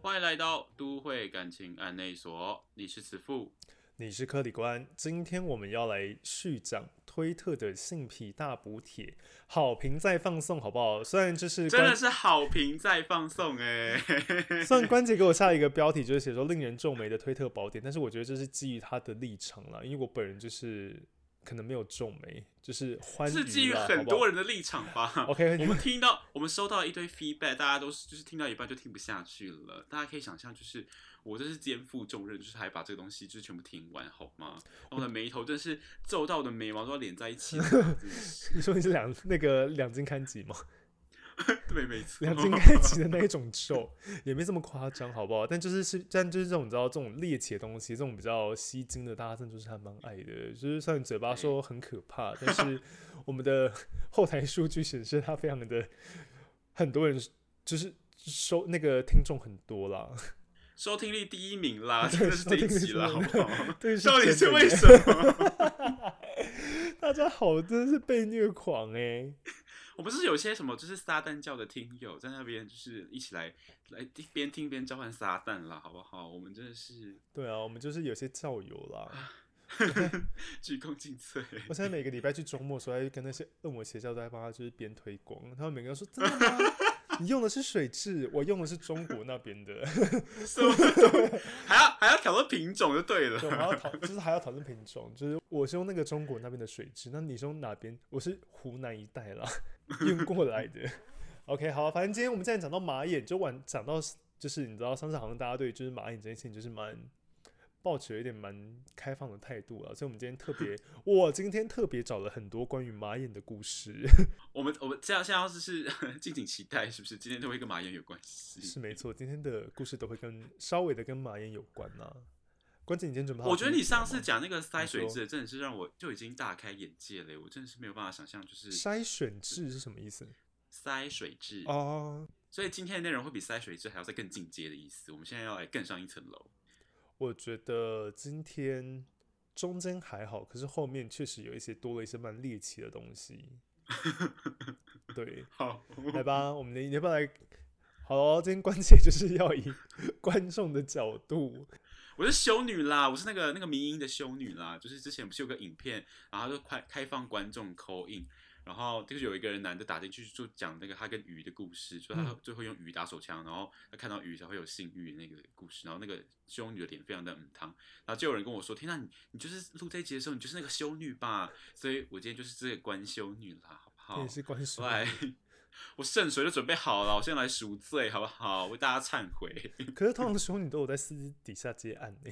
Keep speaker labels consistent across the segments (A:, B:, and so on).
A: 欢迎来到都会感情案内所，你是慈父，
B: 你是科里官，今天我们要来续讲推特的性癖大补帖，好评再放送，好不好？虽然就是
A: 真
B: 关
A: 的，是好评再放送哎、
B: 虽然 关姐给我下一个标题就是写说令人皱眉的推特宝典，但是我觉得这是基于他的立场啦，因为我本人就是可能没有皱眉，就是欢愉啦
A: 是基于很多人的立场吧
B: 好不。哦好 OK，
A: 我们听到，我们收到一堆 feedback，大家都是就是听到一半就听不下去了。大家可以想象，就是我这是肩负重任，就是还把这个东西就是全部听完，好吗？然后我的眉头真是皱到我的眉毛都要连在一起了，真是
B: 你说你是两那个两金刊集吗？
A: 对，没 错。
B: 两斤开集的那一种皱，也没这么夸张，好不好？但就是是，但就是这种你知道这种猎奇的东西，这种比较吸睛的，大家真的就是还蛮爱的。就是虽然嘴巴说很可怕，但是我们的 后台数据显示，它非常的很多人就是收那个听众很多啦。
A: 收听率第一名 啦，真的是 这一集啦，好
B: 对
A: 不好？
B: 对，是
A: 到底是
B: 真的
A: 为
B: 耶
A: 什么？
B: 大家好，真的是被虐狂哎、
A: 我不是有些什么就是撒旦教的听友在那边，就是一起来来边听边召唤撒旦啦，好不好？我们真的是
B: 对啊，我们就是有些教友啦。
A: 鞠躬尽瘁。
B: 我现在每个礼拜去周末的时候，还跟那些恶魔邪教在帮他就是边推广，他们每个人说真的吗？ 你用的是水质，我用的是中国那边的，
A: 什么东西还要还要挑个品种就对
B: 就
A: 了。
B: 我们还要讨，就是还要讨论品种，就是我是用那个中国那边的水质，那你是用哪边？我是湖南一带啦，运过来的。OK，好、啊，反正今天我们既然讲到马眼，就晚讲到就是你知道，上次好像大家对就是马眼这件事情就是蛮抱持有一点蛮开放的态度啊了，所以我们今天特别，我今天特别找了很多关于马眼的故事。
A: 我们我们这样现在要是 是敬请期待，是不是？今天就会跟马燕有关系。
B: 是没错，今天的故事都会跟稍微的跟马眼有关呐、关键你今天准备好？
A: 我觉得你上次讲那个塞水
B: 你
A: 质，真的是让我就已经大开眼界了。我真的是没有办法想象，就是
B: 筛选制是什么意思？
A: 塞水质。
B: 哦，
A: 所以今天的内容会比塞水质还要再更进阶的意思。我们现在要来更上一层楼。
B: 我觉得今天中间还好，可是后面确实有一些多了一些蛮猎奇的 东西。对，
A: 好，
B: 来吧，我们的要不要来？好咯，今天关键就是要以观众的角度，
A: 我是修女啦，我是那个那个民音的修女啦，就是之前不是有个影片，然后就开开放观众 call in，然后就是有一个人男的打进去就讲那个他跟鱼的故事，就他
B: 嗯
A: 最后用鱼打手枪，然后他看到鱼才会有性欲那个故事，然后那个修女的脸非常的嗯汤，然后就有人跟我说，天呐，你你就是录这一集的时候你就是那个修女吧，所以我今天就是这个关修女啦，好不好
B: 也？是观
A: 我
B: 众。
A: 来，我圣水都准备好了，我先来赎罪好不好？为大家忏悔。
B: 可是通常说你都有在私底下接案呢、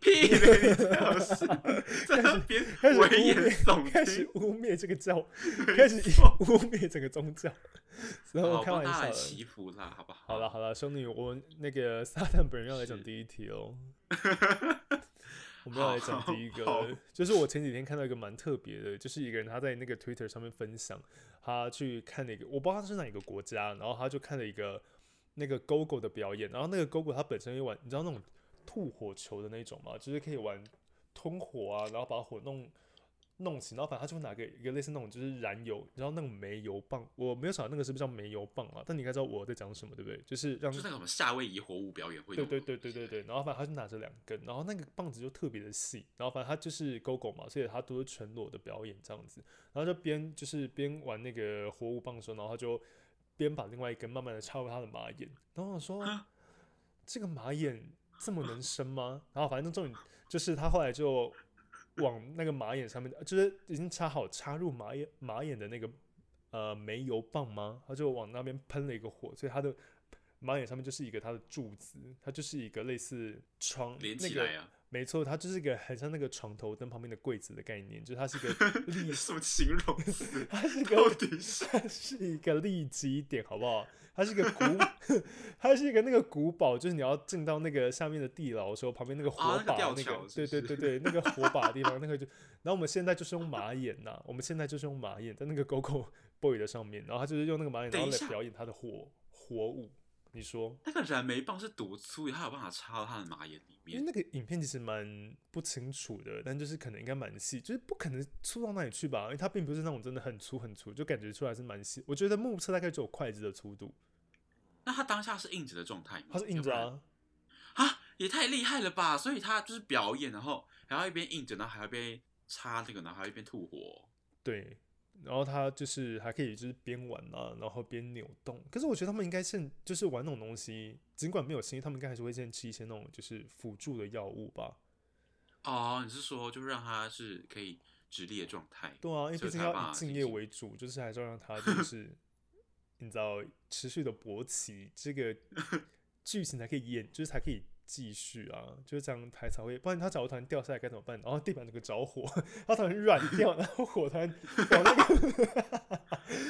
A: 屁嘞！你最好是在那边
B: 开始污
A: 危言
B: 蔑，
A: 耸
B: 开始
A: 听。
B: 污蔑这个教，开始
A: 错
B: 污蔑整个宗教。然后
A: 好，
B: 开
A: 帮
B: 玩
A: 大家来
B: 笑的。
A: 祈福啦，好不好？
B: 好了，好了，兄弟，我那个撒旦本人要来讲
A: 是
B: 第一题 哦。我们要来讲第一个
A: 好好
B: 了，就是我前几天看到一个蛮特别的，就是一个人他在那个 Twitter 上面分享，他去看那个我不知道他是哪一个国家，然后他就看了一个那个 GoGo 的表演，然后那个 GoGo 他本身又玩，你知道那种吐火球的那种吗？就是可以玩吞火啊，然后把火弄弄起，然后反正他就会拿个一个类似那种就是燃油，你知道那种煤油棒，我没有想到那个是不是叫煤油棒啊？但你应该知道我在讲什么，对不对？就是让
A: 就是那个什么夏威夷火舞表演会，
B: 对对对对对对，然后反正他就拿着两根，然后那个棒子就特别的细，然后反正他就是狗狗嘛，所以他都是全裸的表演这样子，然后就边就是边玩那个活物棒的时候，然后他就边把另外一根慢慢的插入他的马眼，然后我说
A: 啊
B: 这个马眼这么能生吗？ 然后反正重点就是他后来就往那个马眼上面，就是已经插好插入马眼马眼的那个呃煤油棒吗？他就往那边喷了一个火，所以他的马眼上面就是一个它的柱子，它就是一个类似床
A: 连
B: 那
A: 起
B: 个
A: 来啊，
B: 没错，它就是一个很像那个床头灯旁边的柜子的概念，就是它是一 个立，？
A: 什么形容词
B: 它是一个
A: 到底是
B: 它是一个利基点，好不好？它是一个古， 它是一个那个古堡，就是你要进到那个下面的地牢的时候，旁边那个火
A: 啊那个
B: 把、
A: 吊
B: 那
A: 桥
B: 个，
A: 是
B: 对
A: 不
B: 对对对，那个火把的地方，那个就，然后我们现在就是用马眼呐、我们现在就是用马眼在那个 GoGo Boy 的上面，然后他就是用那个马眼，然
A: 等
B: 后
A: 一
B: 来
A: 下
B: 表演他的火火舞。你说，
A: 那个燃煤棒是多粗，他有办法插到他的马眼里
B: 因为
A: 面？
B: 那个影片其实蛮不清楚的，但就是可能应该蛮细，就是不可能粗到哪里去吧，因为它并不是那种真的很粗很粗，就感觉出来是蛮细。我觉得目测大概只有筷子的粗度，
A: 那他当下是硬着的状态吗？
B: 他是硬着啊，
A: 啊，也太厉害了吧！所以他就是表演，然后还要一边硬着，然后还要一边插这个，然后还要一边吐火。
B: 对，然后他就是还可以就是边玩啊，然后边扭动。可是我觉得他们应该是就是玩那种东西，尽管没有声音，他们应该还是会先吃一些那种就是辅助的药物吧？
A: 哦，你是说就是让他是可以直立的状态？
B: 对啊，因为
A: 所
B: 毕
A: 以
B: 竟
A: 他
B: 要
A: 把
B: 以敬业为主，就是还是要让他就是你知道持续的勃起，这 个剧情才可以演，就是才可以。继续啊，就是这样，才才会，不然他假如突然掉下来该怎么办？然后地板整个着火， 他突然软掉，然后火突然往那个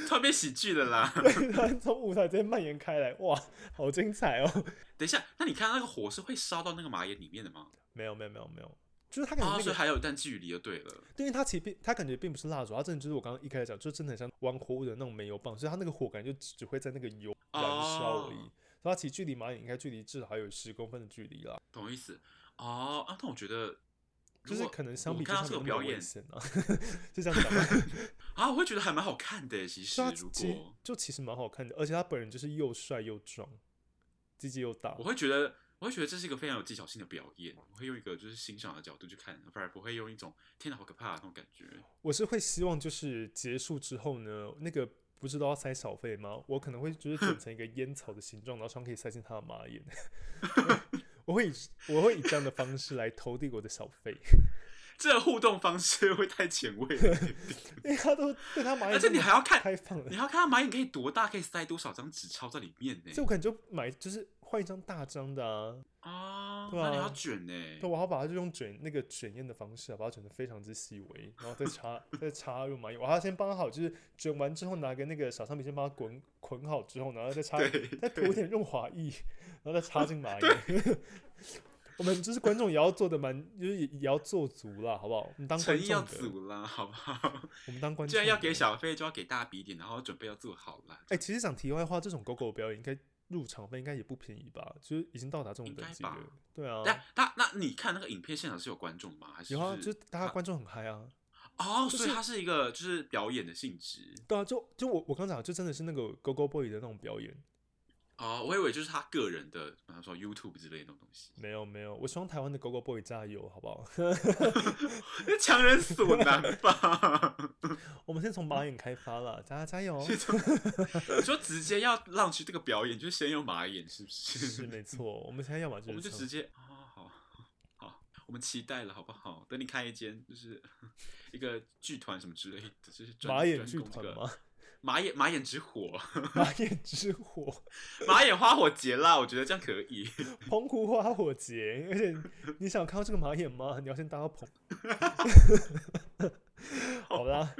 A: 突然变喜剧了啦！
B: 对，它 从舞台直接蔓延开来，哇，好精彩哦！
A: 等一下，那你看那个火是会烧到那个马眼里面的吗？
B: 没有没有没有没有，就是它感觉
A: 啊，
B: 那
A: 所
B: 个，
A: 以还有一段距离就对了。
B: 对因为它其实并它感觉并不是蜡烛，它真的就是我刚刚一开始讲，就真的很像玩火舞的那种煤油棒，所以它那个火感觉就只只会在那个油燃烧而已。
A: 哦
B: 所以它其实距离马眼应该距离至少还有十公分的距离啦，
A: 懂我意思？哦，啊，那我觉得
B: 就
A: 如
B: 是
A: 果
B: 可能相
A: 我
B: 比之
A: 看
B: 下
A: 到这个
B: 没有那么
A: 表
B: 危
A: 演
B: 险啊， 就这样讲 吧。
A: 啊，我会觉得还蛮好看的耶。其实
B: 所以它
A: 如
B: 其实
A: 果
B: 就其实蛮好看的，而且他本人就是又帅又壮，鸡鸡又大
A: 我。会觉得，我会觉得这是一个非常有技巧性的表演，我会用一个就是欣赏的角度去看，反而不会用一种天哪好可怕的那种感觉。
B: 我是会希望就是结束之后呢，那个不是都要塞小费吗？我可能会就是剪成一个烟草的形状，然后上面可以塞进他的马眼。我会以我会以这样的方式来投递我的小费，
A: 这互动方式会太前卫了 一点点，
B: 因为他都对他马眼，
A: 而且你还要看
B: 开放哎的
A: 你，要看他马眼可以多大，可以塞多少张纸钞在里面呢？
B: 所以我可能就买就是换一张大张的啊，
A: 啊，
B: 对
A: 那
B: 啊
A: 你要卷呢？
B: 对，我要把它就用卷那个卷烟的方式啊，把它卷得非常之细微，然后再插再插入马眼，我还要先帮好，就是卷完之后拿个那个小橡皮筋帮它滚捆好之后，然后再插
A: 对
B: 再涂一点润滑液，然后再插进马眼。 我们就是观众也要做的蛮，就是也也要做足了，好不好？我们当观
A: 诚
B: 众
A: 意要
B: 的，
A: 足啦，好不好？
B: 我们当观众 的。
A: 既然要给小费，就要给大笔一点，然后准备要做好啦。
B: 哎、其实讲题外话，这种狗狗表演应该入场费应该也不便宜吧？就是已经到达这种
A: 应
B: 等
A: 该
B: 级了
A: 吧，
B: 对啊。
A: 那那那你看那个影片现场是有观众吗？还是
B: 然啊后就是大家
A: 他
B: 观众很嗨啊，
A: 哦，
B: 就
A: 所以
B: 是
A: 它是一个就是表演的性质
B: 对啊，就就我我刚讲，就真的是那个 Go Go Boy 的那种表演，
A: 哦，我以为就是他个人的，比方说 YouTube 之类的那种东西，
B: 没有没有，我希望台湾的 Go Go Boy 加油，好不好？
A: 那强人所难吧？
B: 我们先从马眼开发啦，加加油！
A: 这种你说直接要浪去这个表演，就先用马眼，是不
B: 是没错，我们现在要么
A: 我们就
B: 是唱
A: 直接啊、好好，我们期待了，好不好？等你开一间，就是 一个剧团什么之类的，就是专
B: 马眼
A: 专
B: 剧
A: 攻这
B: 团
A: 个
B: 吗？
A: 马眼马眼之火，
B: 马眼之火，
A: 马眼花火节啦，我觉得这样可以。
B: 澎湖花火节，而且你想看到这个马眼吗？你要先搭到澎。 好啦，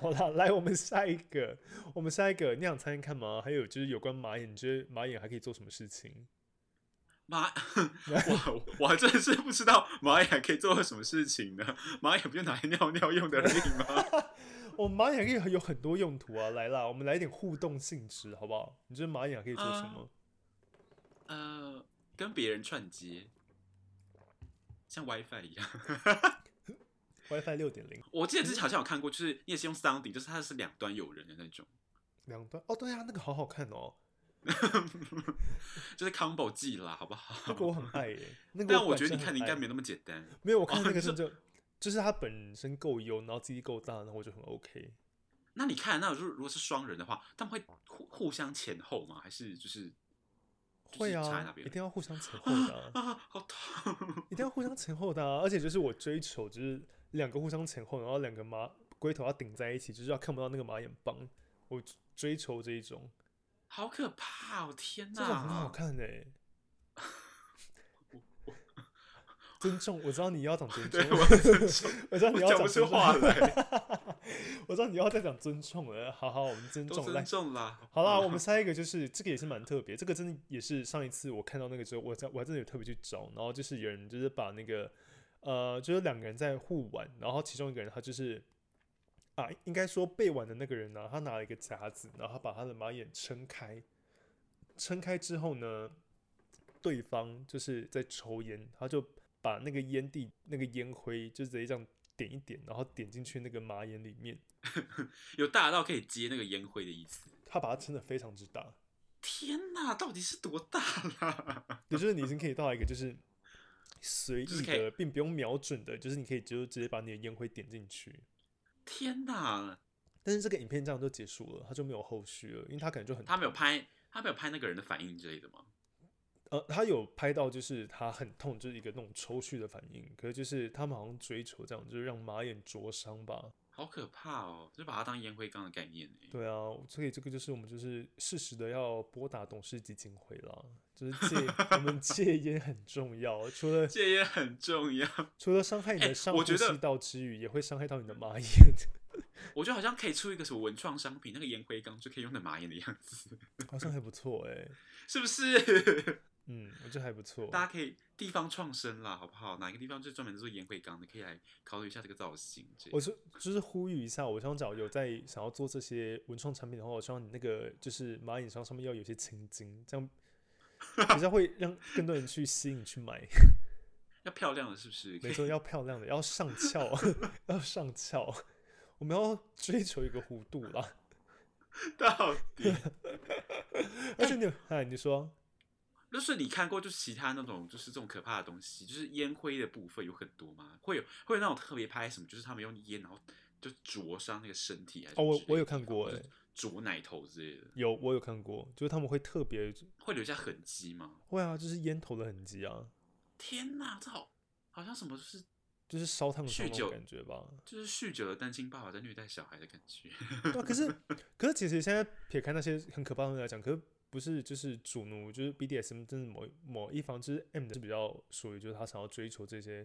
B: 好啦，来我们下一个，我们下一个你想猜猜看吗？还有就是有关马眼，你觉得马眼还可以做什么事情？
A: 马， 我我还真是不知道马眼可以做什么事情呢？ 马眼不就拿来尿尿用的而已 吗？
B: 哦，马眼可以有很多用途啊！来啦，我们来一点互动性质，好不好？你觉得马眼可以做什
A: 啊
B: 么？
A: 呃，跟别人串接，像 WiFi 一样。
B: WiFi 六点零
A: 我记得之前好像有看过，就是你也是用 Sounding，就是它是两端有人的那种，
B: 两端哦，对啊，那个好好看哦，
A: 就是 combo 技啦，好不
B: 那
A: 好？
B: 个我很爱耶、 那个
A: 但
B: 我
A: 我
B: 本
A: 觉得
B: 身
A: 你看
B: 很
A: 的应该
B: 爱
A: 没有那么简单。
B: 没有，我看
A: 哦
B: 那个
A: 你
B: 是就、就是它本身够优，然后基地够大，那我就很 OK。
A: 那你看，那如如果是双人的话，他们会互互相前后吗？还是就是
B: 会
A: 就是插在那
B: 啊，
A: 边
B: 一定要互相前后的啊、
A: 啊，好痛！
B: 一定要互相前后的啊！而且就是我追求就是两个互相前后，然后两个马龟头要顶在一起，就是要看不到那个马眼帮。我追求这一种，
A: 好可怕哦！天
B: 这种很好
A: 哪，
B: 看哎、 尊重，我知道你要讲尊重
A: 对，我真是
B: 我知道你
A: 我
B: 要
A: 讲不
B: 讲
A: 出
B: 尊重
A: 话，来，
B: 我知道你要再讲尊重了。好好，我们尊
A: 都
B: 重，来
A: 尊，重啦。
B: 好啦，我
A: 嗯
B: 们下一个就是这个也是蛮特别，这个真的也是上一次我看到那个之后，我在我还真的有特别去找，然后就是有人就是把那个呃，就是两个人在互玩，然后其中一个人他就是啊，应该说被玩的那个人呢、他拿了一个夹子，然后他把他的马眼撑开，撑开之后呢，对方就是在抽烟，他就把那个烟蒂那个烟灰就直接这样点一点，然后点进去那个马眼里面，
A: 有大到可以接那个烟灰的意思。
B: 他把它撑得非常之大。
A: 天哪，到底是多大啦？
B: 也就是你已经可以到一个就是随
A: 就是
B: 意
A: 可以
B: 的，并不用瞄准的，就是你可以就直接把你的烟灰点进去。
A: 天哪，
B: 但是这个影片这样就结束了，它就没有后续了，因为它可能就很
A: 他没有
B: 痛
A: 拍，他没有拍那个人的反应之类的吗？
B: 呃，他有拍到就是他很痛，就是一个那种抽搐的反应，可是就是他们好像追求这样，就是让马眼灼伤吧。
A: 好可怕哦，就把它当烟灰缸的概念欸
B: 对啊，所以这个就是我们就是适时的要拨打董事基金会啦，就是戒 我们戒烟很重要，除了
A: 这也很重要。
B: 除了伤害你
A: 哎
B: 的上
A: 我
B: 呼
A: 觉得
B: 吸道之余，也会伤害到你的马眼。
A: 我觉得好像可以出一个什么文创商品，那个烟灰缸就可以用的马眼的样子，
B: 好像还不错哎、
A: 是不是？
B: 嗯，我觉得还不错。
A: 大家可以地方创生啦，好不好？哪个地方就专门做烟灰缸的，可以来考虑一下这个造型。这
B: 我是就是呼吁一下，我想讲有在想要做这些文创产品的话，我希望你那个就是马眼上上面要有些青筋，这样比较会让更多人去吸引去买。
A: 要漂亮的，是不是？可
B: 没
A: 以
B: 错，要漂亮的，要上翘， 要上翘。我们要追求一个弧度啦。
A: 到底。
B: 而且你，哎，你说，
A: 就是你看过，就是其他那种，就是这种可怕的东西，就是烟灰的部分有很多吗？会有会有那种特别拍什么，就是他们用烟然后就灼伤那个身体还是
B: 哦，我
A: 之类的
B: 我有看过、
A: 或
B: 欸，
A: 者灼奶头之类的，
B: 有我有看过，就是他们会特别
A: 会留下痕迹吗？
B: 会啊，就是烟头的痕迹啊，
A: 天哪，这好好像什么就是
B: 就是烧烫伤
A: 酗
B: 那
A: 酒
B: 种感觉吧。
A: 就是酗酒的单亲爸爸在虐待小孩的感觉。
B: 对啊，可是 可是其实现在撇开那些很可怕的东西来讲，可是不是就是主奴，就是 BDSM，真的某一某一方就是 M 的是比较属于就是他想要追求这些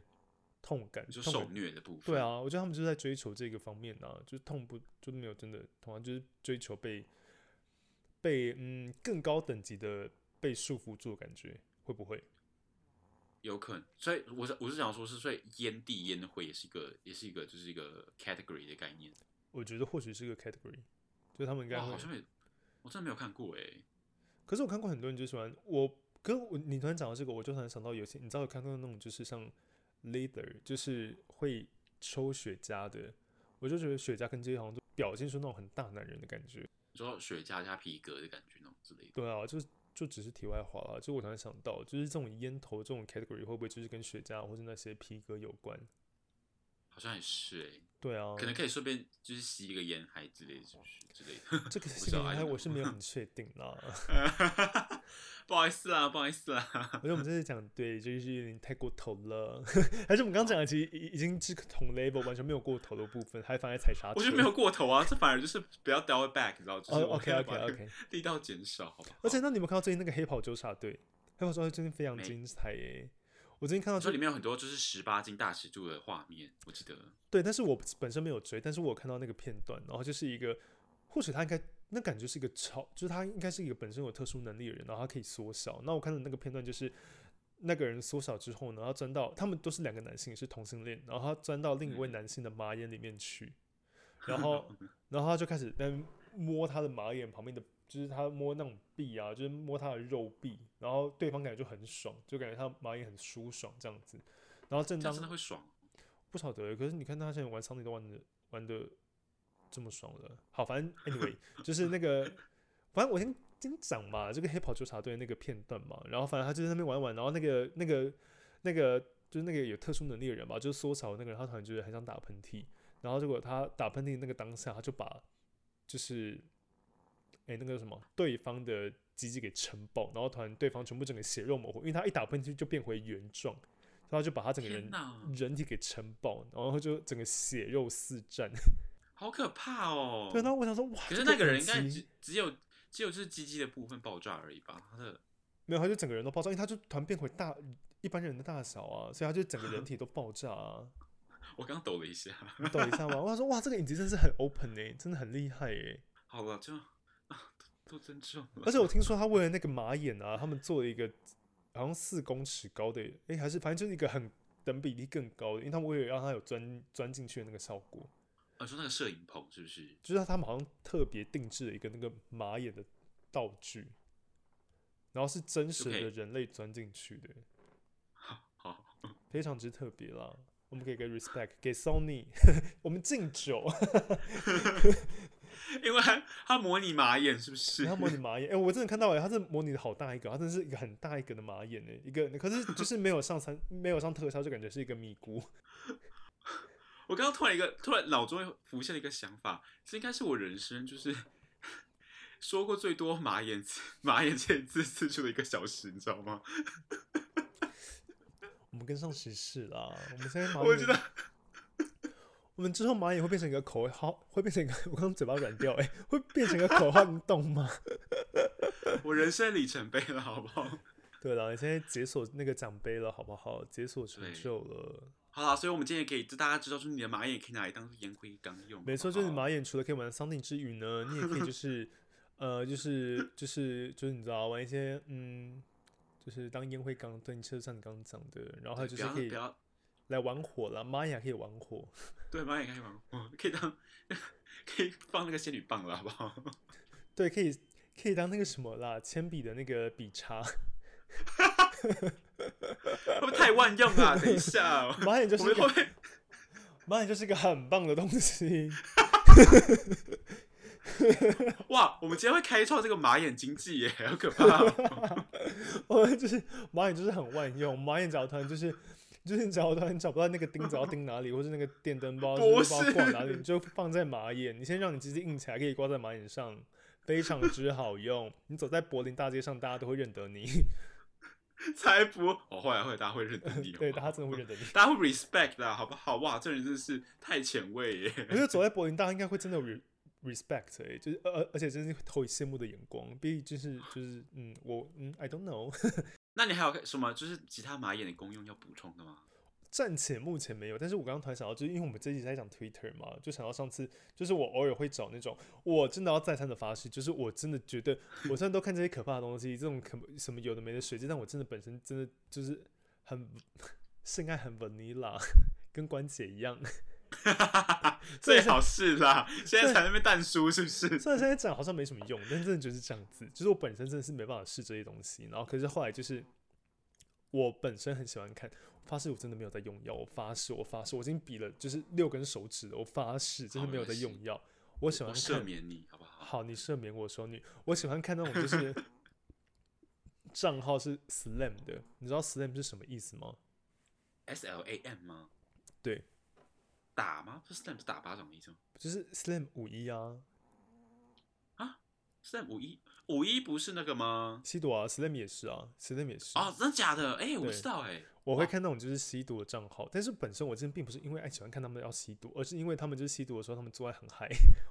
B: 痛感，
A: 你说
B: 痛感
A: 受虐的部分，
B: 对，啊，我觉得他们就是在追求这个方面啊，就是痛不就没有真的痛啊，就是追求被被嗯更高等级的被束缚住的感觉，会不会？
A: 有可能。所以我是我是想说是，所以烟蒂烟灰也是一个也是一个就是一个 category 的概念。
B: 我觉得或许是个 category，就是他们应该
A: 哇，
B: 会
A: 好。像也我真的没有看过哎、
B: 可是我看过很多人就喜欢我，可是我你突然讲到这个，我就突然想到有些你知道有看到那种就是像 leader，就是会抽雪茄的，我就觉得雪茄跟这些好像就表现出那种很大男人的感觉。
A: 你说雪茄加皮革的感觉那种之类的。
B: 对啊，就是就只是题外话啦。就我突然想到，就是这种烟头这种 category 会不会就是跟雪茄或者那些皮革有关？
A: 好像也是哎、
B: 对啊，
A: 可能可以顺便就是吸一个烟嗨之类的，是不是之类的？
B: 这个
A: 知
B: 性
A: 道
B: 格
A: ，I
B: 还
A: don't
B: 我是没有很确定啦。
A: 不好意思啦，不好意思啦
B: 我。觉得我们这次讲对，就是有点太过头了， 还是我们刚刚讲的其实已已经是同 level 完全没有过头的部分，还反而踩刹车。
A: 我觉得没有过头啊，这反而就是不要 double back，你知道？就是
B: 哦
A: 我
B: ，OK
A: 要
B: OK
A: 把那个
B: OK。
A: 力道减少，好不好？
B: 而且，那你们看到最近那个黑袍纠察队，黑袍纠察队最近非常
A: 没
B: 精彩耶、我最近看到
A: 你
B: 这
A: 说里面有很多就是十八斤大尺度的画面，我记得
B: 对，但是我本身没有追，但是我有看到那个片段，然后就是一个，或许他应该那感觉是一个超，就是他应该是一个本身有特殊能力的人，然后他可以缩小。那我看到那个片段就是那个人缩小之后呢，他钻到他们都是两个男性是同性恋，然后他钻到另一位
A: 嗯
B: 男性的马眼里面去，然后然后他就开始在摸他的马眼旁边的。就是他摸那种壁啊，就是摸他的肉壁，然后对方感觉就很爽，就感觉他马眼很舒爽这样子。然后正
A: 这
B: 当
A: 样真的会爽。
B: 不晓得欸，可是你看他现在玩桑尼都玩的玩的这么爽了。好，反正 anyway 就是那个，反正我先先讲嘛，这个黑袍纠察队那个片段嘛，然后反正他就在那边玩玩，然后那个那个那个就是那个有特殊能力的人吧，就是缩小那个人，他突然觉得很想打喷嚏，然后结果他打喷嚏那个当下，他就把就是哎、那个叫什么对方的鸡鸡给撑爆，然后突然对方全部整个血肉模糊，因为他一打喷嚏就变回原状，所以他就把他整个人
A: 天哪，
B: 人体给撑爆，然后就整个血肉四 溅。
A: 好可怕哦！
B: 对，然后我想说，哇，
A: 可
B: 这
A: 是那个人
B: 等
A: 应该
B: 级
A: 只只有只有就是鸡鸡的部分爆炸而已吧？他的
B: 没有，他就整个人都爆炸，因为他就突然变回大一般人的大小啊，所以他就整个 人体都爆炸啊。
A: 我刚抖了一下。
B: 你懂一下吗？我 想说，哇，这个影集真是很 open 哎、真的很厉害哎、
A: 好了，就啊，都都尊重了。
B: 而且我听说他为了那个马眼啊，他们做了一个好像四公尺高的，哎、还是反正就是一个很等比例更高的，因为他们为了让他有钻钻进去的那个效果，
A: 啊，说那个摄影棚是不是？
B: 就是他们好像特别定制了一个那个马眼的道具，然后是真实
A: OK
B: 的人类钻进去的，
A: 好，
B: 非常之特别啦。我们给个 respect 给 Sony，我们敬酒。
A: 因为他他模拟马眼是不是？
B: 他模拟马眼，哎、我真的看到哎、他这模拟的好大一个，他真的是一个很大一个的马眼哎、一个可是就是没有上三，没有上特效，就感觉是一个米糊。
A: 我刚刚突然一个突然脑中浮现了一个想法，这应该是我人生就是 说过最多马眼次马眼这一次次数的一个小时，你知道吗？
B: 我们跟上时事啦，我们现在马
A: 我
B: 眼
A: 觉得
B: 我们之后马眼会变成一个口号，会变成一个，我刚刚嘴巴软掉哎、会变成一个口号，你懂吗？
A: 我人生里程碑了，好不好？
B: 对了，你现在解锁那个奖杯了，好不好？解锁成
A: 对
B: 就了。
A: 好啦，所以我们今天也可以就大家知道，就是你的马眼可以拿来当做烟灰缸用。
B: 没错，
A: 好不
B: 就
A: 好
B: 是马眼除了可以玩 Something 之余呢，你也可以就是 呃，就是就是就是你知道玩一些嗯，就是当烟灰缸，对，你就像你刚刚讲的，然后还哦有就
A: 不
B: 是
A: 要
B: 可以
A: 不要
B: 来玩火啦，马眼还可以玩火，
A: 对马眼可以玩，哦可以当 可以放那个仙女棒了，好不好？
B: 对，可以可以当那个什么啦，铅笔的那个笔叉，
A: 会不会太万用 啊？等一下、哦，
B: 马眼就
A: 我
B: 是一
A: 们会
B: 个
A: 不会
B: 马眼就是一个很棒的东西，
A: 哇？我们今天会开创这个马眼经济耶，好可怕 哦、
B: 我们就是马眼就是很万用，马眼找团就是。就是你找团找不到那个钉子要钉哪里，或是那个电灯包
A: 不
B: 是不知道挂哪里，
A: 是
B: 你就放在马眼。你先让你直接印起来，可以挂在马眼上，非常之好用。你走在柏林大街上，大家都会认得你，
A: 才不！哦，会啊会，大家会认得你。
B: 对，
A: 好不好
B: 大家真的会认得你。
A: 大家会 respect 的，好不好？哇，这人真的是太前卫耶！
B: 我觉得走在柏林，大家应该会真的有 re- respect，、欸、就是而、呃、而且真是会投以羡慕的眼光。毕竟就是就是嗯，我嗯，I don't know，
A: 那你还有什么就是其他马眼的功用要补充的吗？
B: 暂且目前没有，但是我刚刚突然想到，就是因为我们这一集在讲 Twitter 嘛，就想到上次，就是我偶尔会找那种我真的要再三的发誓，就是我真的觉得，我虽然都看这些可怕的东西，这种可什么有的没的水晶，但我真的本身真的就是很 性爱很 vanilla，跟关姐一样。
A: 最好是啦，现在
B: 对
A: 才在那边淡书是不是？
B: 虽然现在讲好像没什么用，但真的就是这样子，就是我本身真的是没办法试这些东西，然后可是后来就是我本身很喜欢看，我发誓我真的没有在用药，我发誓，我发誓，我已经比了就是六根手指了，我发誓真的没有在用药，我喜欢
A: 我赦
B: 看。
A: 免你，好不好？
B: 好，你赦免我说你，我喜欢看那种就是 账号是 slam 的，你知道 slam 是什么意思吗？
A: S L A M 吗？
B: 对，
A: 打吗？不是 slam 是打巴掌的意思吗
B: 就是 slam 五一啊，
A: ？slam 五一五一不是那个吗？
B: 吸毒啊，slam 也是啊，slam 也是
A: 哦，真的假的？哎、我不
B: 对
A: 知道哎、
B: 我会看那种就是吸毒的账号，但是本身我真的并不是因为爱喜欢看他们要吸毒，而是因为他们就是吸毒的时候他们做爱很嗨，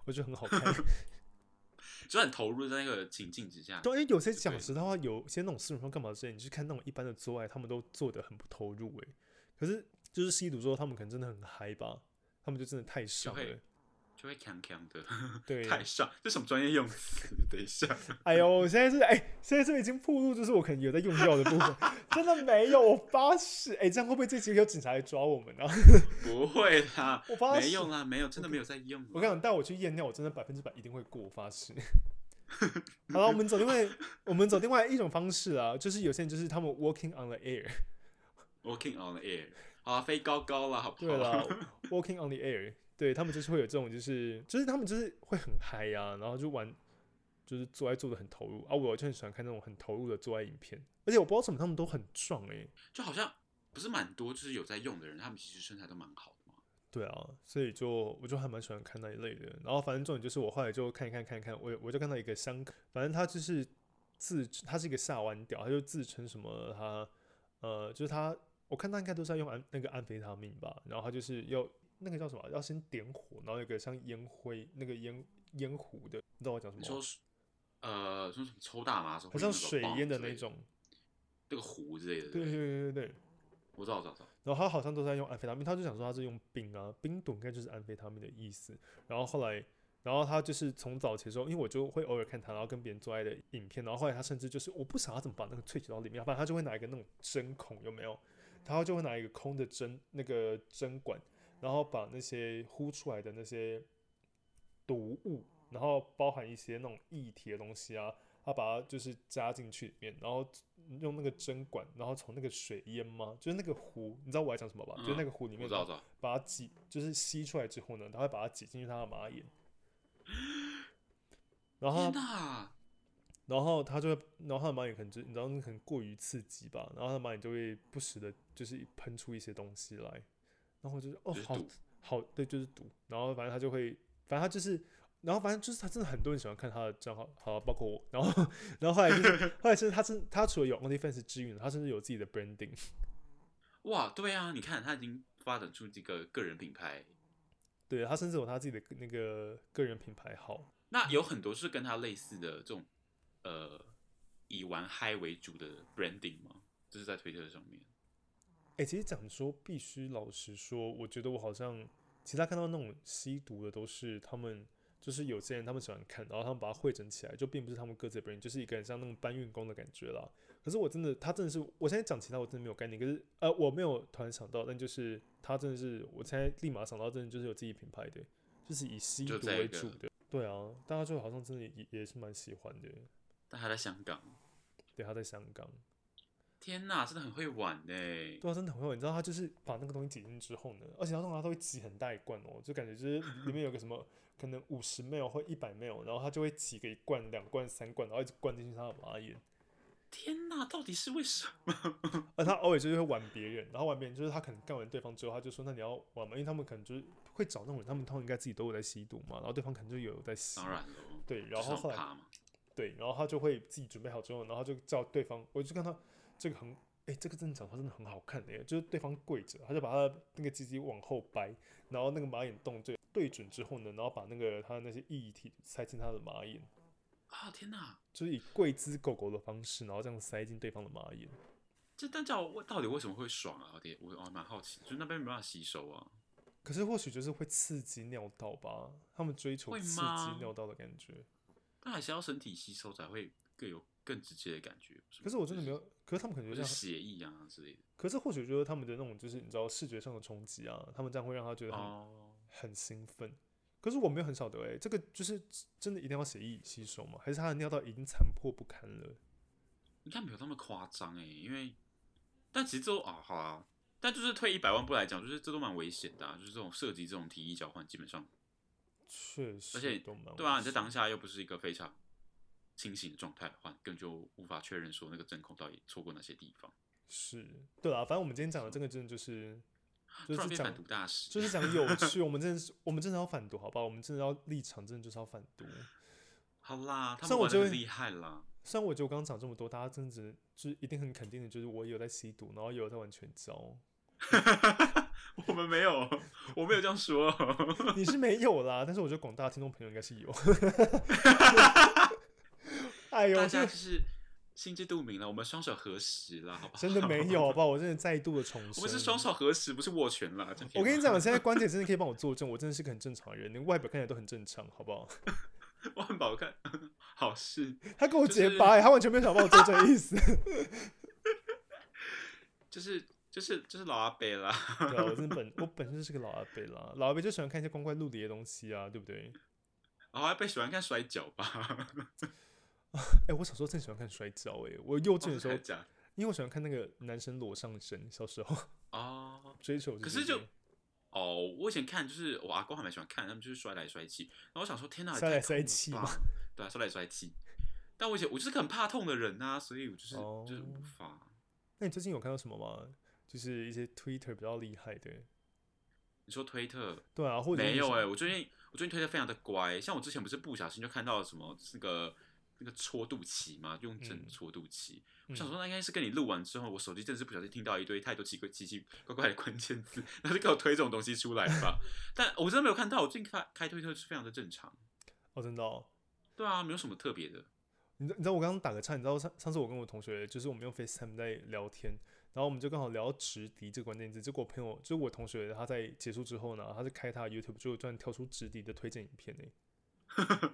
B: 我觉得很好 看。
A: 就很投入在那个情境之下。
B: 对，因为有些讲
A: 对
B: 实在话，有些那种私人方干嘛之类，你去看那种一般的做爱，他们都做的很不投入诶、可是就是吸毒之后，他们可能真的很嗨吧，他们就真的太上
A: 会
B: 了。
A: 就会强强的，
B: 对，
A: 太上，这什么专业用词？等一下，
B: 哎呦，我现在是哎、现在这个已经暴露，就是我可能有在用药的部分， 真的没有，我发誓，哎、这样会不会这集有警察来抓我们啊？
A: 不会啦，
B: 我发
A: 没
B: 誓
A: 用啦，没有，真的没有在用啦。
B: 我跟你讲，带我去验尿，我真的百分之百一定会过，我发誓。 好了，我们走另外，我们走另外一种方式啊，就是有些人就是他们 walking on the air，
A: Working on air，好啊，飞高高了，好不
B: 对
A: 好？
B: 啦，walking on the air，对他们就是会有这种，就是就是他们就是会很嗨啊，然后就玩，就是做爱做的很投入啊，我就很喜欢看那种很投入的做爱影片，而且我不知道为什么他们都很壮欸诶、
A: 就好像不是蛮多，就是有在用的人，他们其实身材都蛮好的嘛。
B: 对啊，所以就我就还蛮喜欢看那一类的。然后反正重点就是我后来就看一看看一看，我我就看到一个香港，反正他就是自他是一个下弯屌，他就自称什么他呃就是他，我看他应该都是在用安那个安非他命吧，然后他就是要那个叫什么，啊要先点火，然后有个像烟灰那个烟烟壶的，你知道我讲什
A: 你
B: 么
A: 说
B: 吗？
A: 是，呃，说什么抽大麻的时候
B: 好
A: 会用那
B: 像
A: 种
B: 水
A: 棒
B: 烟的
A: 之类
B: 那，种，
A: 那个壶之类的。
B: 对对
A: 不，
B: 对对对。
A: 我知道，我知道，我知道。
B: 然后他好像都在用安非他命，他就想说他是用冰啊，冰毒应该就是安非他命的意思。然后后来，然后他就是从早期的时候，因为我就会偶尔看他，然后跟别人做爱的影片，然后后来他甚至就是我不晓得他怎么把那个萃取到里面，反正他就会拿一个那种针孔，有没有？他就会拿一个空的针那个针管，然后把那些呼出来的那些毒物，然后包含一些那种液体的东西啊，他把它就是加进去里面，然后用那个针管，然后从那个水淹吗？就是那个壶，你知道我在讲什么吧？就是那个壶里
A: 我知
B: 面
A: 道，我知道。
B: 把它挤，就是吸出来之后呢，他会把它挤进去他的马眼。然后
A: 天
B: 他
A: 哪！
B: 然后他就会，然后他的蚂蚁可能就你知道很过于刺激吧，然后他的蚂蚁就会不时的就是喷出一些东西来，然后我就是哦
A: 就是
B: 好
A: 毒
B: 好对就是毒，然后反正他就会，反正他就是。然后反正就是他真的很多人喜欢看他的账号，好包括我。然后， 然后后来就是 后来，其实他真他除了有 OnlyFans 之余呢，他甚至有自己的 branding。
A: 哇，对啊，你看他已经发展出这个个人品牌，
B: 对他甚至有他自己的那个个人品牌号。
A: 那有很多是跟他类似的这种，呃，以玩嗨为主的 branding 吗？就是在推特上面。
B: 哎、其实讲说，必须老实说，我觉得我好像其他看到那种吸毒的，都是他们就是有些人他们喜欢看，然后他们把它汇整起来，就并不是他们各自的本人，就是一个很像那种搬运工的感觉啦。可是我真的，他真的是，我现在讲其他我真的没有概念，可是呃，我没有突然想到，但就是他真的是，我现在立马想到，真的就是有自己品牌的，就是以吸
A: 就
B: 毒
A: 这
B: 为
A: 个
B: 主的。对啊，大家就好像真的也也是蛮喜欢的。
A: 但他在香港，
B: 对，他在香港。
A: 天哪，真的很会玩呢、
B: 对啊，真的很会玩。你知道他就是把那个东西挤进去之后呢，而且他通常都会挤很大一罐哦，就感觉就是里面有个什么可能五十 ml 或一百 ml，然后他就会挤个一罐、两罐、三罐，然后一直灌进去他的马眼。
A: 天哪，到底是为什么？
B: 而他偶尔就是会玩别人，然后玩别人就是他可能干完对方之后，他就说那你要玩吗？因为他们可能就是会找那种人，他们通常应该自己都有在吸毒嘛，然后对方可能就有在吸。
A: 当然喽，
B: 对，然
A: 就是
B: 后
A: 很
B: 后来
A: 怕嘛。
B: 对，然后他就会自己准备好之后，然后就叫对方，我就看到这个很，哎、这个真的讲话真的很好看的耶，就是对方跪着，他就把他的那个鸡鸡往后掰，然后那个马眼洞对对准之后呢，然后把那个他的那些液体塞进他的马眼，
A: 啊，天哪，
B: 就是以跪姿狗狗的方式，然后这样塞进对方的马眼。
A: 这但叫我到底为什么会爽啊？我得我我还蛮好奇，就是那边没办法吸收啊。
B: 可是或许就是会刺激尿道吧，他们追求
A: 会
B: 刺
A: 吗
B: 激尿道的感觉。
A: 但还是要身体吸收才会更有更直接的感觉。不吗
B: 可是我真的没，
A: 就
B: 有，可是他们可能
A: 或
B: 就是像
A: 协议啊之类的。
B: 可是或许就是他们的那种，就是你知道视觉上的冲击啊，他们这样会让他觉得很、
A: 哦，
B: 很兴奋。可是我没有很晓得哎、这个就是真的一定要血液吸收吗？还是他的尿道已经残破不堪了？
A: 应该没有那么夸张哎，因为但其实都啊，好啊，但就是退一百万步来讲，就是这都蛮危险的、啊，就是这种涉及这种体液交换，基本上
B: 确
A: 而且
B: 实都蛮危险，
A: 对啊，你在当下又不是一个非常清醒的状态的话，你根本就无法确认说那个真空到底错过哪些地方，
B: 是，对啊，反正我们今天讲的这个真的就是，
A: 啊突
B: 就
A: 然
B: 是
A: 变
B: 讲
A: 反毒大师，
B: 就是讲有趣，我们真的是我们真的要反毒，好不好？我们真的要立场，真的就是要反毒。
A: 好啦，他
B: 虽
A: 们
B: 然我
A: 玩
B: 就
A: 的很
B: 会
A: 厉害啦，
B: 虽然我觉得我刚刚讲这么多，大家真的只就是一定很肯定的，就是我有在吸毒，然后也有在玩拳交，
A: 我们没有，我没有这样 说，
B: 你是没有啦，但是我觉得广大听众朋友应该 是有。 哎呦，
A: 大
B: 这
A: 家
B: 个
A: 就是心知肚明了，我们双手合十了， 好不好？
B: 真的没有，好不好？我真的再度的重申，
A: 我们是双。手合十，不是握拳啦。这样可以
B: 我跟你
A: 吗，
B: 讲，现在关姐真的可以帮我作证，我真的是个很正常的人，连外表看起来都很正常，好不好？
A: 万宝看 好事，
B: 他跟我
A: 就
B: 结
A: 是
B: 巴、欸，他完全没有想帮我作证的意思。
A: 就是就是就是老阿伯啦。
B: 对啊，我真的本我本身就是个老阿伯啦，老阿伯就喜欢看一些光怪陆离的东西啊，对不对？
A: 老阿伯喜欢看摔跤吧？
B: 哎、我小时候真的喜欢看摔跤，哎，我幼稚园的时候，
A: 讲
B: 因为我喜欢看那个男生裸上身，小时候
A: 哦
B: 追求这
A: 可
B: 些
A: 是
B: 东西。
A: 就哦，我以前看就是我阿公还蛮喜欢看，他们就是摔来摔去，然后我想说天哪，也
B: 摔来
A: 太痛
B: 摔
A: 了
B: 去
A: 吧
B: 吗？
A: 对啊，摔来摔去。但我以前我就是个很怕痛的人呐、所以我就是、
B: 哦
A: 就是无法。
B: 那你最近有看到什么吗？就是一些 Twitter 比较厉害的，
A: 你说推特
B: 对啊，或者是
A: 没
B: 你
A: 有
B: 是
A: 哎、我最近我最近推特非常的乖，像我之前不是不小心就看到了什么那个那个戳肚脐嘛，用针
B: 嗯
A: 戳肚脐。我
B: 嗯
A: 想说那应该是跟你录完之后，我手机真的是不小心听到一堆太多奇怪奇奇怪怪的关键字，然后就给我推这种东西出来吧。但我真的没有看到，我最近开开推特是非常的正常。
B: 哦，真的、哦。
A: 对啊，没有什么特别的。
B: 你知你知道我刚刚打个岔，你知道上上次我跟我同学就是我们用 FaceTime 在聊天，然后我们就刚好聊到直笛这个关键字，结果我朋友就是我同学他在结束之后呢，他就开他的 YouTube 就突然跳出直笛的推荐影片呢、欸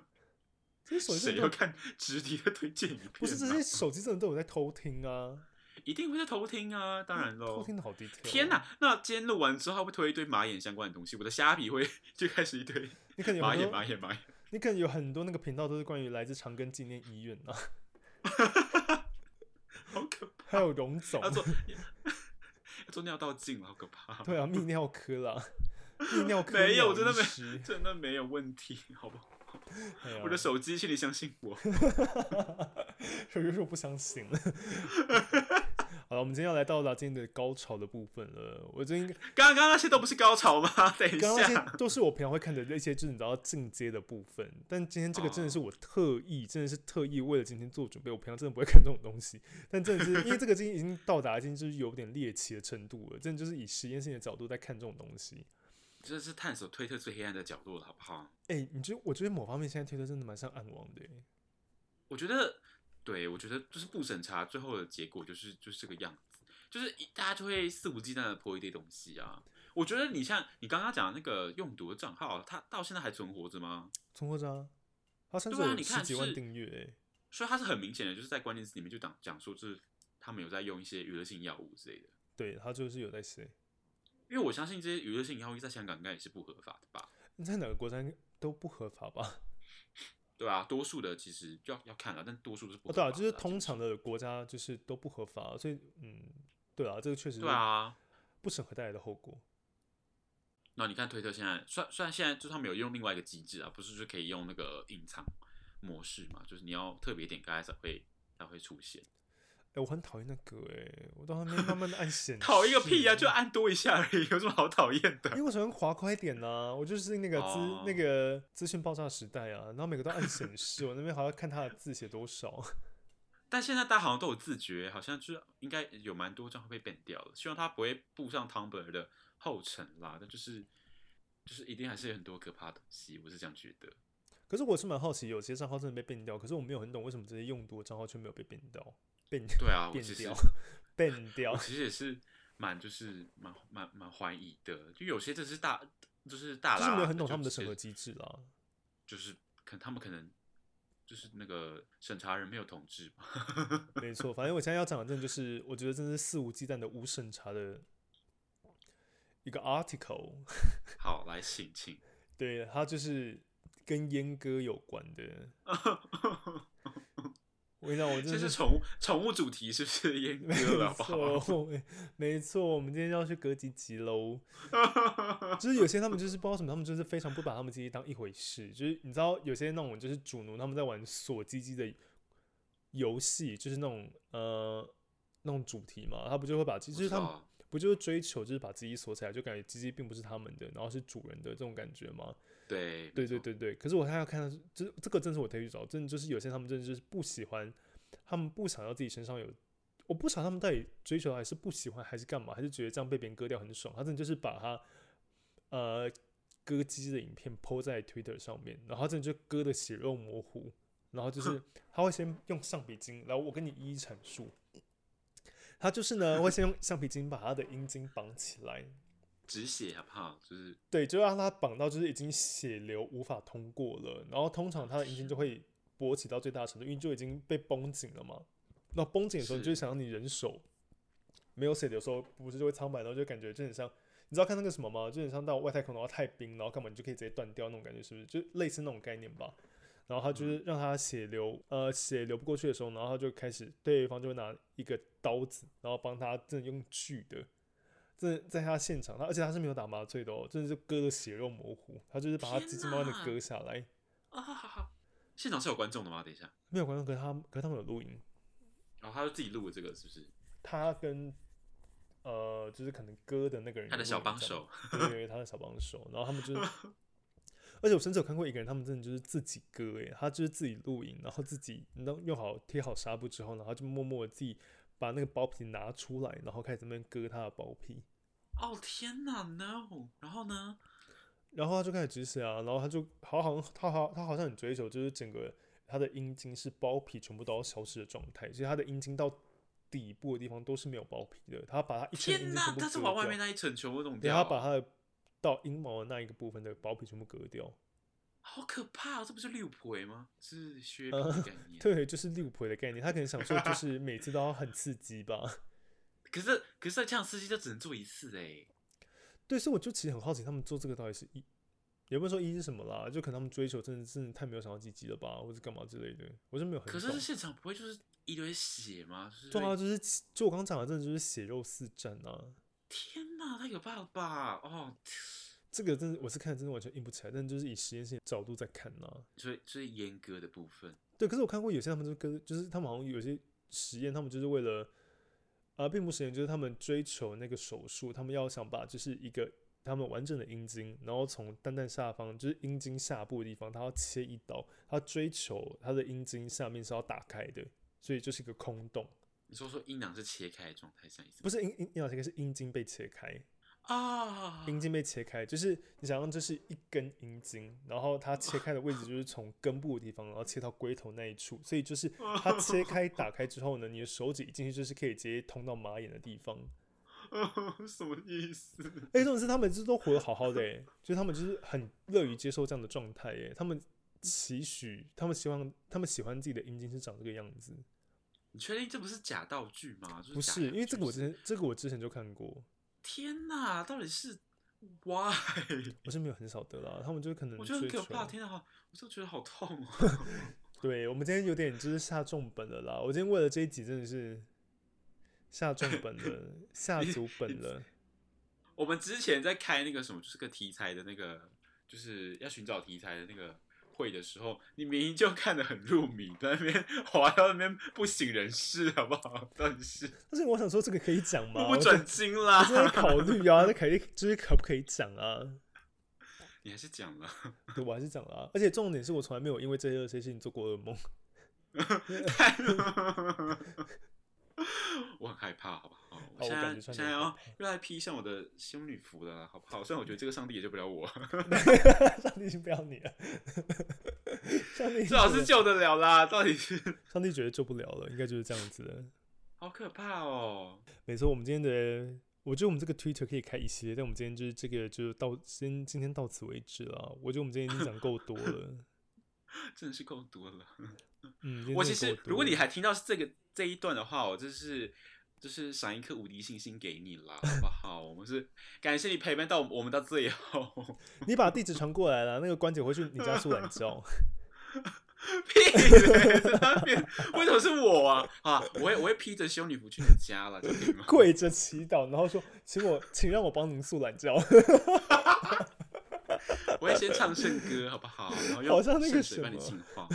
B: 这些手机
A: 谁
B: 真的都
A: 要看直笛的推荐影片、啊？
B: 不是这些手机真的都有在偷听啊，
A: 一定会在偷听啊，当然
B: 偷
A: 喽。
B: 听的好啊 detail、
A: 天哪！，那今天录完之后，会不会推一堆马眼相关的东西？我的虾皮会 就开始一堆
B: 你可能有
A: 马
B: 很
A: 眼
B: 多
A: 马眼马眼。
B: 你可能有很多那个频道都是关于来自长庚纪念医院啊，
A: 好可怕！
B: 还有荣总
A: 要， 做要做尿道镜了，好可怕！
B: 对啊，泌尿科啦，泌尿科
A: 没有
B: 鸟
A: 真的
B: 医
A: 没
B: 师
A: 真的没有问题，好不好？
B: 哎呀
A: 我的手机，请你相信我。
B: 手机说不相信 了。好了，我们今天要来到达今天的高潮的部分了。我最近
A: 刚刚那些都不是高潮 吗？等一
B: 刚刚
A: 下，
B: 那些都是我平常会看的那些，就是你知道进阶的部分。但今天这个真
A: 哦
B: 的是我特意，真的是特意为了今天做准备。我平常真的不会看这种东西，但真的是因为这个已经已 经到达已经就是有点猎奇的程度了，真的就是以实验性的角度在看这种东西。
A: 这是探索推特最黑暗的角度了，好不好？
B: 哎、你觉得？我觉得某方面现在推特真的蛮像暗网的、欸。
A: 我觉得，对我觉得就是不审查，最后的结果就是就是这个样子，就是一大家就会肆无忌惮的泼一堆东西啊。我觉得你像你刚刚讲的那个用毒的账号，它到现在还存活着吗？
B: 存活者啊，他甚至
A: 对啊
B: 有
A: 你
B: 十
A: 看
B: 几万
A: 是
B: 订阅、欸。
A: 所以它是很明显的，就是在关键词里面就讲讲说，就是他们有在用一些娱乐性药物之类的。
B: 对他就是有在写。
A: 因为我相信这些娱乐性药物在香港应该也是不合法的吧？
B: 你在哪个国家都不合法吧？
A: 对啊，多数的其实要要看了，但多数都是不
B: 哦，
A: 合
B: 对
A: 法的、
B: 啊，就是通
A: 基
B: 常的国家就是都不合法，所以嗯，对啊，这个确
A: 本上
B: 实是
A: 对啊。
B: 不审核带来的后果。
A: 那你看推特现在，虽虽然现在就他们有用另外一个机制啊，不是就可以用那个隐藏模式嘛？就是你要特别点开才会才会出现。
B: 哎、我很讨厌那个哎、我到那边慢慢的按显示，
A: 讨厌个屁呀、就按多一下而已，有什么好讨厌
B: 嗯啊因
A: 的？
B: 为我喜欢滑快一点呐、我就是那个资、
A: 哦
B: 那个资讯爆炸时代啊，然后每个都按显示，我那边还要看它的字写多少。
A: 但现在大家好像都有自觉，好像就是应该有蛮多账号被 ban 掉了，希望他不会步上 Tumblr 的后尘啦。但就是就是一定还是有很多可怕的东西，我是这样觉得。
B: 可是我是蛮好奇，有些账号真的被变掉，可是我没有很懂为什么这些用多账号却没有被变掉，变
A: 对啊，我
B: 变
A: 其实
B: 掉变掉
A: 我。其实也是蛮就是蛮蛮蛮怀疑的，就有些这是大就是大
B: 就
A: 啦，
B: 是没有很懂他们的
A: 啊就
B: 审
A: 是
B: 核机制啦。
A: 就是可他们可能就是那个审查人没有统治吧。
B: 没错，反正我现在要讲的，真的就是我觉得真的是肆无忌惮的无审查的一个 article，
A: 好，来请请。
B: 对，它就是跟阉割有关的。我跟你讲，我真
A: 这
B: 的
A: 是
B: 是
A: 宠物宠物主题是不是阉割了？好不
B: 没
A: 好？
B: 错， 没没错，我们今天要去隔几集喽。就是有些他们就是不知道什么，他们就是非常不把他们自己当一回事。就是你知道，有些那种就是主奴他们在玩锁鸡鸡的游戏，就是那种呃那种主题嘛，他不就会把鸡，就是他们
A: 们
B: 不就是追求就是把自己锁起来，就感觉鸡鸡并不是他们的，然后是主人的这种感觉吗？
A: 对没
B: 对对
A: 错
B: 对对。可是我看要看到，这这个真是我特意去找，真的就是有些他们真的就是不喜欢，他们不想要自己身上有，我不想他们到底追求还是不喜欢还是干嘛，还是觉得这样被别人割掉很爽，他真的就是把他呃割鸡鸡的影片 PO 在 Twitter 上面，然后他真的就割的血肉模糊，然后就是他会先用橡皮筋，然后我跟你一一阐述。他就是呢，会先用橡皮筋把他的阴茎绑起来，
A: 止血好不好？就是
B: 对，就让它绑到就是已经血流无法通过了，然后通常它的阴茎就会勃起到最大程度，因为就已经被绷紧了嘛。那绷紧的时候，你就是会想让你人手没有血流的时候，不是就会苍白，然后就感觉就很像，你知道看那个什么吗？就很像到外太空然后太冰，然后干嘛你就可以直接断掉那种感觉，是不是？就类似那种概念吧。然后他就是让他血流，呃，血流不过去的时候，然后他就开始对方就会拿一个刀子，然后帮他真的用锯的，真的在他现场，他而且他是没有打麻醉的哦，真的是割的血肉模糊，他就是把他
A: 天
B: 鸡鸡慢慢的
A: 哪
B: 割下来，
A: 啊，好好好现场是有观众的吗？等一下，
B: 没有观众，可是他可是他们有录音，
A: 然后他就自己录了这个，是不是？
B: 他跟呃，就是可能割的那个人
A: 他的
B: 有
A: 小
B: 录影
A: 帮
B: 这样
A: 手，
B: 对对，他的小帮手， 然后他们就是，而且我甚至有看过一个人，他们真的就是自己割，诶，他就是自己录影，然后自己你知道用好贴好纱布之后，然后就默默地自己把那个包皮拿出来，然后开始在那边割他的包皮，
A: 哦天哪，no！然后呢？
B: 然后他就开始止血啊，然后他就好好他好他好像很追求，就是整个他的阴茎是包皮全部都要消失的状态，所以他的阴茎到底部的地方都是没有包皮的，他把他一圈阴
A: 天
B: 茎
A: 哪
B: 全，部
A: 他是
B: 割
A: 往外
B: 掉
A: 面那一层全部弄
B: 对，
A: 掉
B: 他
A: 啊，
B: 把他的到阴毛的那一个部分的包皮全部割掉。
A: 好可怕、哦！这不是六婆吗？是削皮的概念。
B: 呃 对，就是利物浦的概念，他可能想说就是每次都要很刺激吧。
A: 可是可是这样司机就只能做一次哎、
B: 对，所以我就其实很好奇，他们做这个到底是一，也不是说一是什么啦，就可能他们追求真的真的太没有想到积极了吧，或者干嘛之类的，我是没有很
A: 可
B: 懂。
A: 是现场不会就是一堆血吗？就是
B: 对啊，
A: 会
B: 就是其就我刚刚讲的，真的就是血肉四战啊。
A: 天哪，太可怕了吧！哦，
B: 这个真的我是看真的完全硬不起来，但就是以实验性角度在看啊呢、
A: 所以所以阉割的部分，
B: 对，可是我看过有些他们就跟就是他们好像有些实验，他们就是为了啊、并不实验，就是他们追求那个手术，他们要想把就是一个他们完整的阴茎，然后从蛋蛋下方就是阴茎下部的地方，他要切一刀，他追求他的阴茎下面是要打开的，所以就是一个空洞，
A: 你说说阴囊是切开的状态下意思吗？
B: 不是阴阴阴道切开，是阴茎被切开。
A: 啊，
B: 阴茎被切开，就是你想象这是一根阴茎，然后它切开的位置就是从根部的地方，然后切到龟头那一处，所以就是它 切开打开之后呢，你的手指一进去就是可以直接通到马眼的地方。
A: 什么意思？
B: 哎、这种是他们就是都活得好好的、欸，就是他们就是很乐于接受这样的状态，哎，他们期许，他们希望，他们喜欢自己的阴茎是长这个样子，
A: 你确定这不是假道具吗？就是
B: 不
A: 假
B: 是？因为这个
A: 道
B: 我
A: 具
B: 之前，这个我之前就看过，
A: 天哪，到底是 why？
B: 我是没有很少得啦，他们就可能
A: 我觉得很
B: 追
A: 可
B: 求。
A: 怕，天哪，好我就觉得好痛 哦。
B: 对我们今天有点就是下重本了啦，我今天为了这一集真的是下重本了，下足本了。
A: 我们之前在开那个什么，就是个题材的那个，就是要寻找题材的那个会的时候，你明明就看得很入迷，在那边 滑到那边不省人事，好不好？到底是
B: 但是我想说，这个可以讲吗？
A: 目不转睛
B: 我正我正在
A: 啦，
B: 考虑啊，那可以就是可不可以讲啊？
A: 你还是讲了，
B: 对，我还是讲了、啊。而且重点是我从来没有因为这些事情做过噩梦。
A: 太我很害怕，好不好？我
B: 好
A: 现
B: 我
A: 在
B: 感觉
A: 现
B: 上
A: 在
B: 你很
A: 要
B: 害
A: 又来披上我的仙女服了，好不好？虽然我觉得这个上帝也救不了我，
B: 上帝已经不要你了，上帝
A: 至少
B: 觉
A: 是
B: 得
A: 救得了啦。到底是
B: 上帝觉得救不了了，应该就是这样子的。
A: 好可怕哦！
B: 没错，我们今天的，我觉得我们这个 Twitter 可以开一系列，但我们今天就是这个就到先今天到此为止了。啊我觉得我们今天已经讲够多了，
A: 真的是够多了。
B: 嗯，今天
A: 我
B: 真
A: 其
B: 的
A: 实
B: 够，多
A: 如果你
B: 了
A: 还听到这个这一段的话，我就是就是赏一颗无敌星星给你啦，好不好？我们是感谢你陪伴到我们到最后，
B: 你把地址传过来了，那个关姐回去你家睡懒觉。
A: 屁嘞，在那边为什么是我啊？啊，我会我会披着修女服去你家了，这样可以吗？
B: 跪着祈祷，然后说：“请我，请让我帮您素懒觉。
A: 我会先唱圣歌，好不好？然后
B: 好
A: 用
B: 像那个
A: 圣水
B: 什
A: 帮你
B: 么
A: 净化。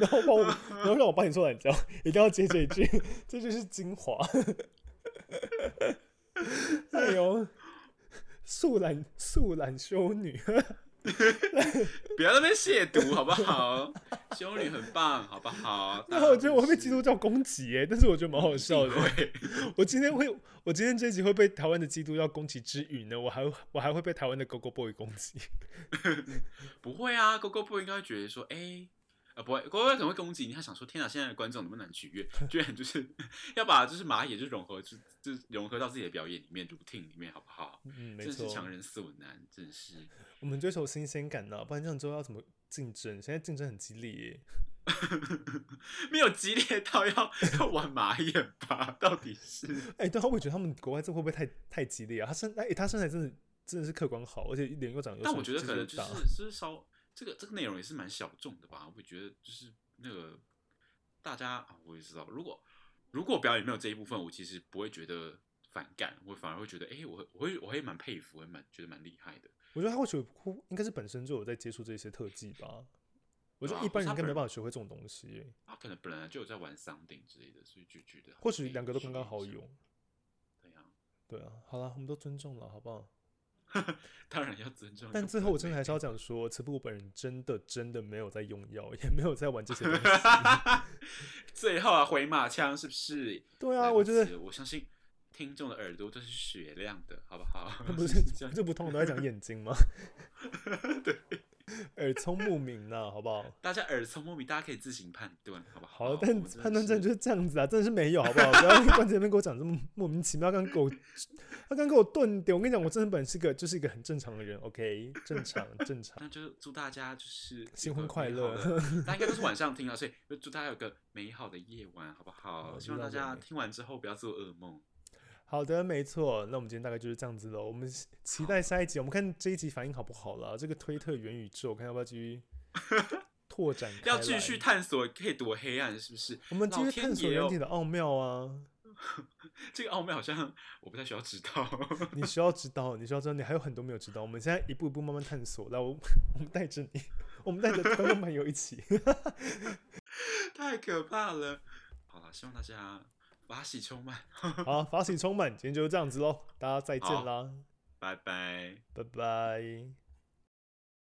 B: 然后帮我，然后让我帮你素懒觉， 一定要接这一句， 这就是精华。 哎呦，素懒素懒修女，
A: 不要在那边亵渎，好不好？修女很棒，好不好？
B: 那我觉得我会被基督教攻击耶，但是我觉得蛮好笑
A: 教
B: 的。
A: 会。
B: 我今天会，我今天这一集会被台湾的基督教攻击之余呢，我还我还会被台湾的 Go Go Boy 攻击。
A: 不会啊，Go Go 不应该会觉得说，哎、呃，不会，Go Go 可能会攻击你，他想说，天啊哪，现在的观众那么难取 悦，居然就是 要把就是马也就融合，就就融合到自己的表演里面，routine 里面，好不好？
B: 嗯，没
A: 真是
B: 错，
A: 强人所难，真是。
B: 我们追求新鲜感呐、不然这样之后要怎么竞争？现在竞争很激烈耶。
A: 没有激烈到要 要玩马眼吧？到底是
B: 哎、对啊，我也觉得他们国外这会不会太太激烈啊？他身哎、他身材真的真的是客观好，而且脸又长得又
A: 但
B: 瘦
A: 我觉得可能
B: 肌
A: 就
B: 肉又
A: 是
B: 大
A: 就是稍这个这个内容也是蛮小众的吧，我觉得就是那个大家啊，我也知道，如果如果表演没有这一部分，我其实不会觉得反感，我反而会觉得，哎、我会我会我会蛮佩服，我会蛮觉得蛮厉害的。
B: 我觉得他会学会应该是本身就有在接触这些特技吧。我觉
A: 对啊
B: 得一般人
A: 或是他
B: 应该
A: 本
B: 没
A: 人
B: 办法学会这种东西耶，
A: 他可能本来就有在玩 something 之类的，所以就觉得
B: 或许两个都刚刚好
A: 有。
B: 有。
A: 对呀、
B: 对啊，好啦，我们都尊重了，好不好？
A: 当然要尊重。
B: 但最后我真的还是要讲说，慈父我本人真的真的没有在用药，也没有在玩这些 东西。啊
A: 最后啊，回马枪是不是？
B: 对
A: 来
B: 啊，
A: 不
B: 我觉得
A: 及了我相信听众的耳朵都是雪亮的，好不好？
B: 不是
A: 这样
B: 这不通常都在讲眼睛吗？ 对， 耳聪目明呐、好不好？
A: 大家耳聪目明，大家可以自行判断，好不好？
B: 好，但
A: 我真的
B: 判断证就是是这样子啊，真的是没有，好不好？不要关前面给我讲这么 莫名其妙，刚给我，他刚给我顿点。我跟你讲，我真的本人是个就是一个很正常的人，OK，正常正常。
A: 那就祝大家就是
B: 新
A: 有个
B: 婚快
A: 美好
B: 乐
A: 的大家应该都是晚上听了，所以就哎祝大家有个美好的夜晚，好不好？
B: 好
A: 希望
B: 祝
A: 大
B: 大家
A: 家
B: 美
A: 听完之后不要做噩梦。
B: 好的，没错。那我们今天大概就是这样子喽。我们期待下一集，我们看这一集反应好不好啦。这个推特元宇宙，看要不要继续拓展开
A: 要
B: 来
A: 继续探索可以多黑暗，是不是？
B: 我们继
A: 老
B: 续
A: 天
B: 探索
A: 爷
B: 人
A: 哦
B: 体的奥妙啊！
A: 这个奥妙好像我不太需要知 道。
B: 你需要知道，你需要知道，你还有很多没有知道。我们现在一步一步慢慢探索。来，我我们带着你， 我们带着观众朋友一起。
A: 太可怕了。好了，希望大家法喜充满，
B: 好，法喜充满，今天就这样子喽，大家再见
A: 好
B: 啦，
A: 拜拜。
B: 拜拜。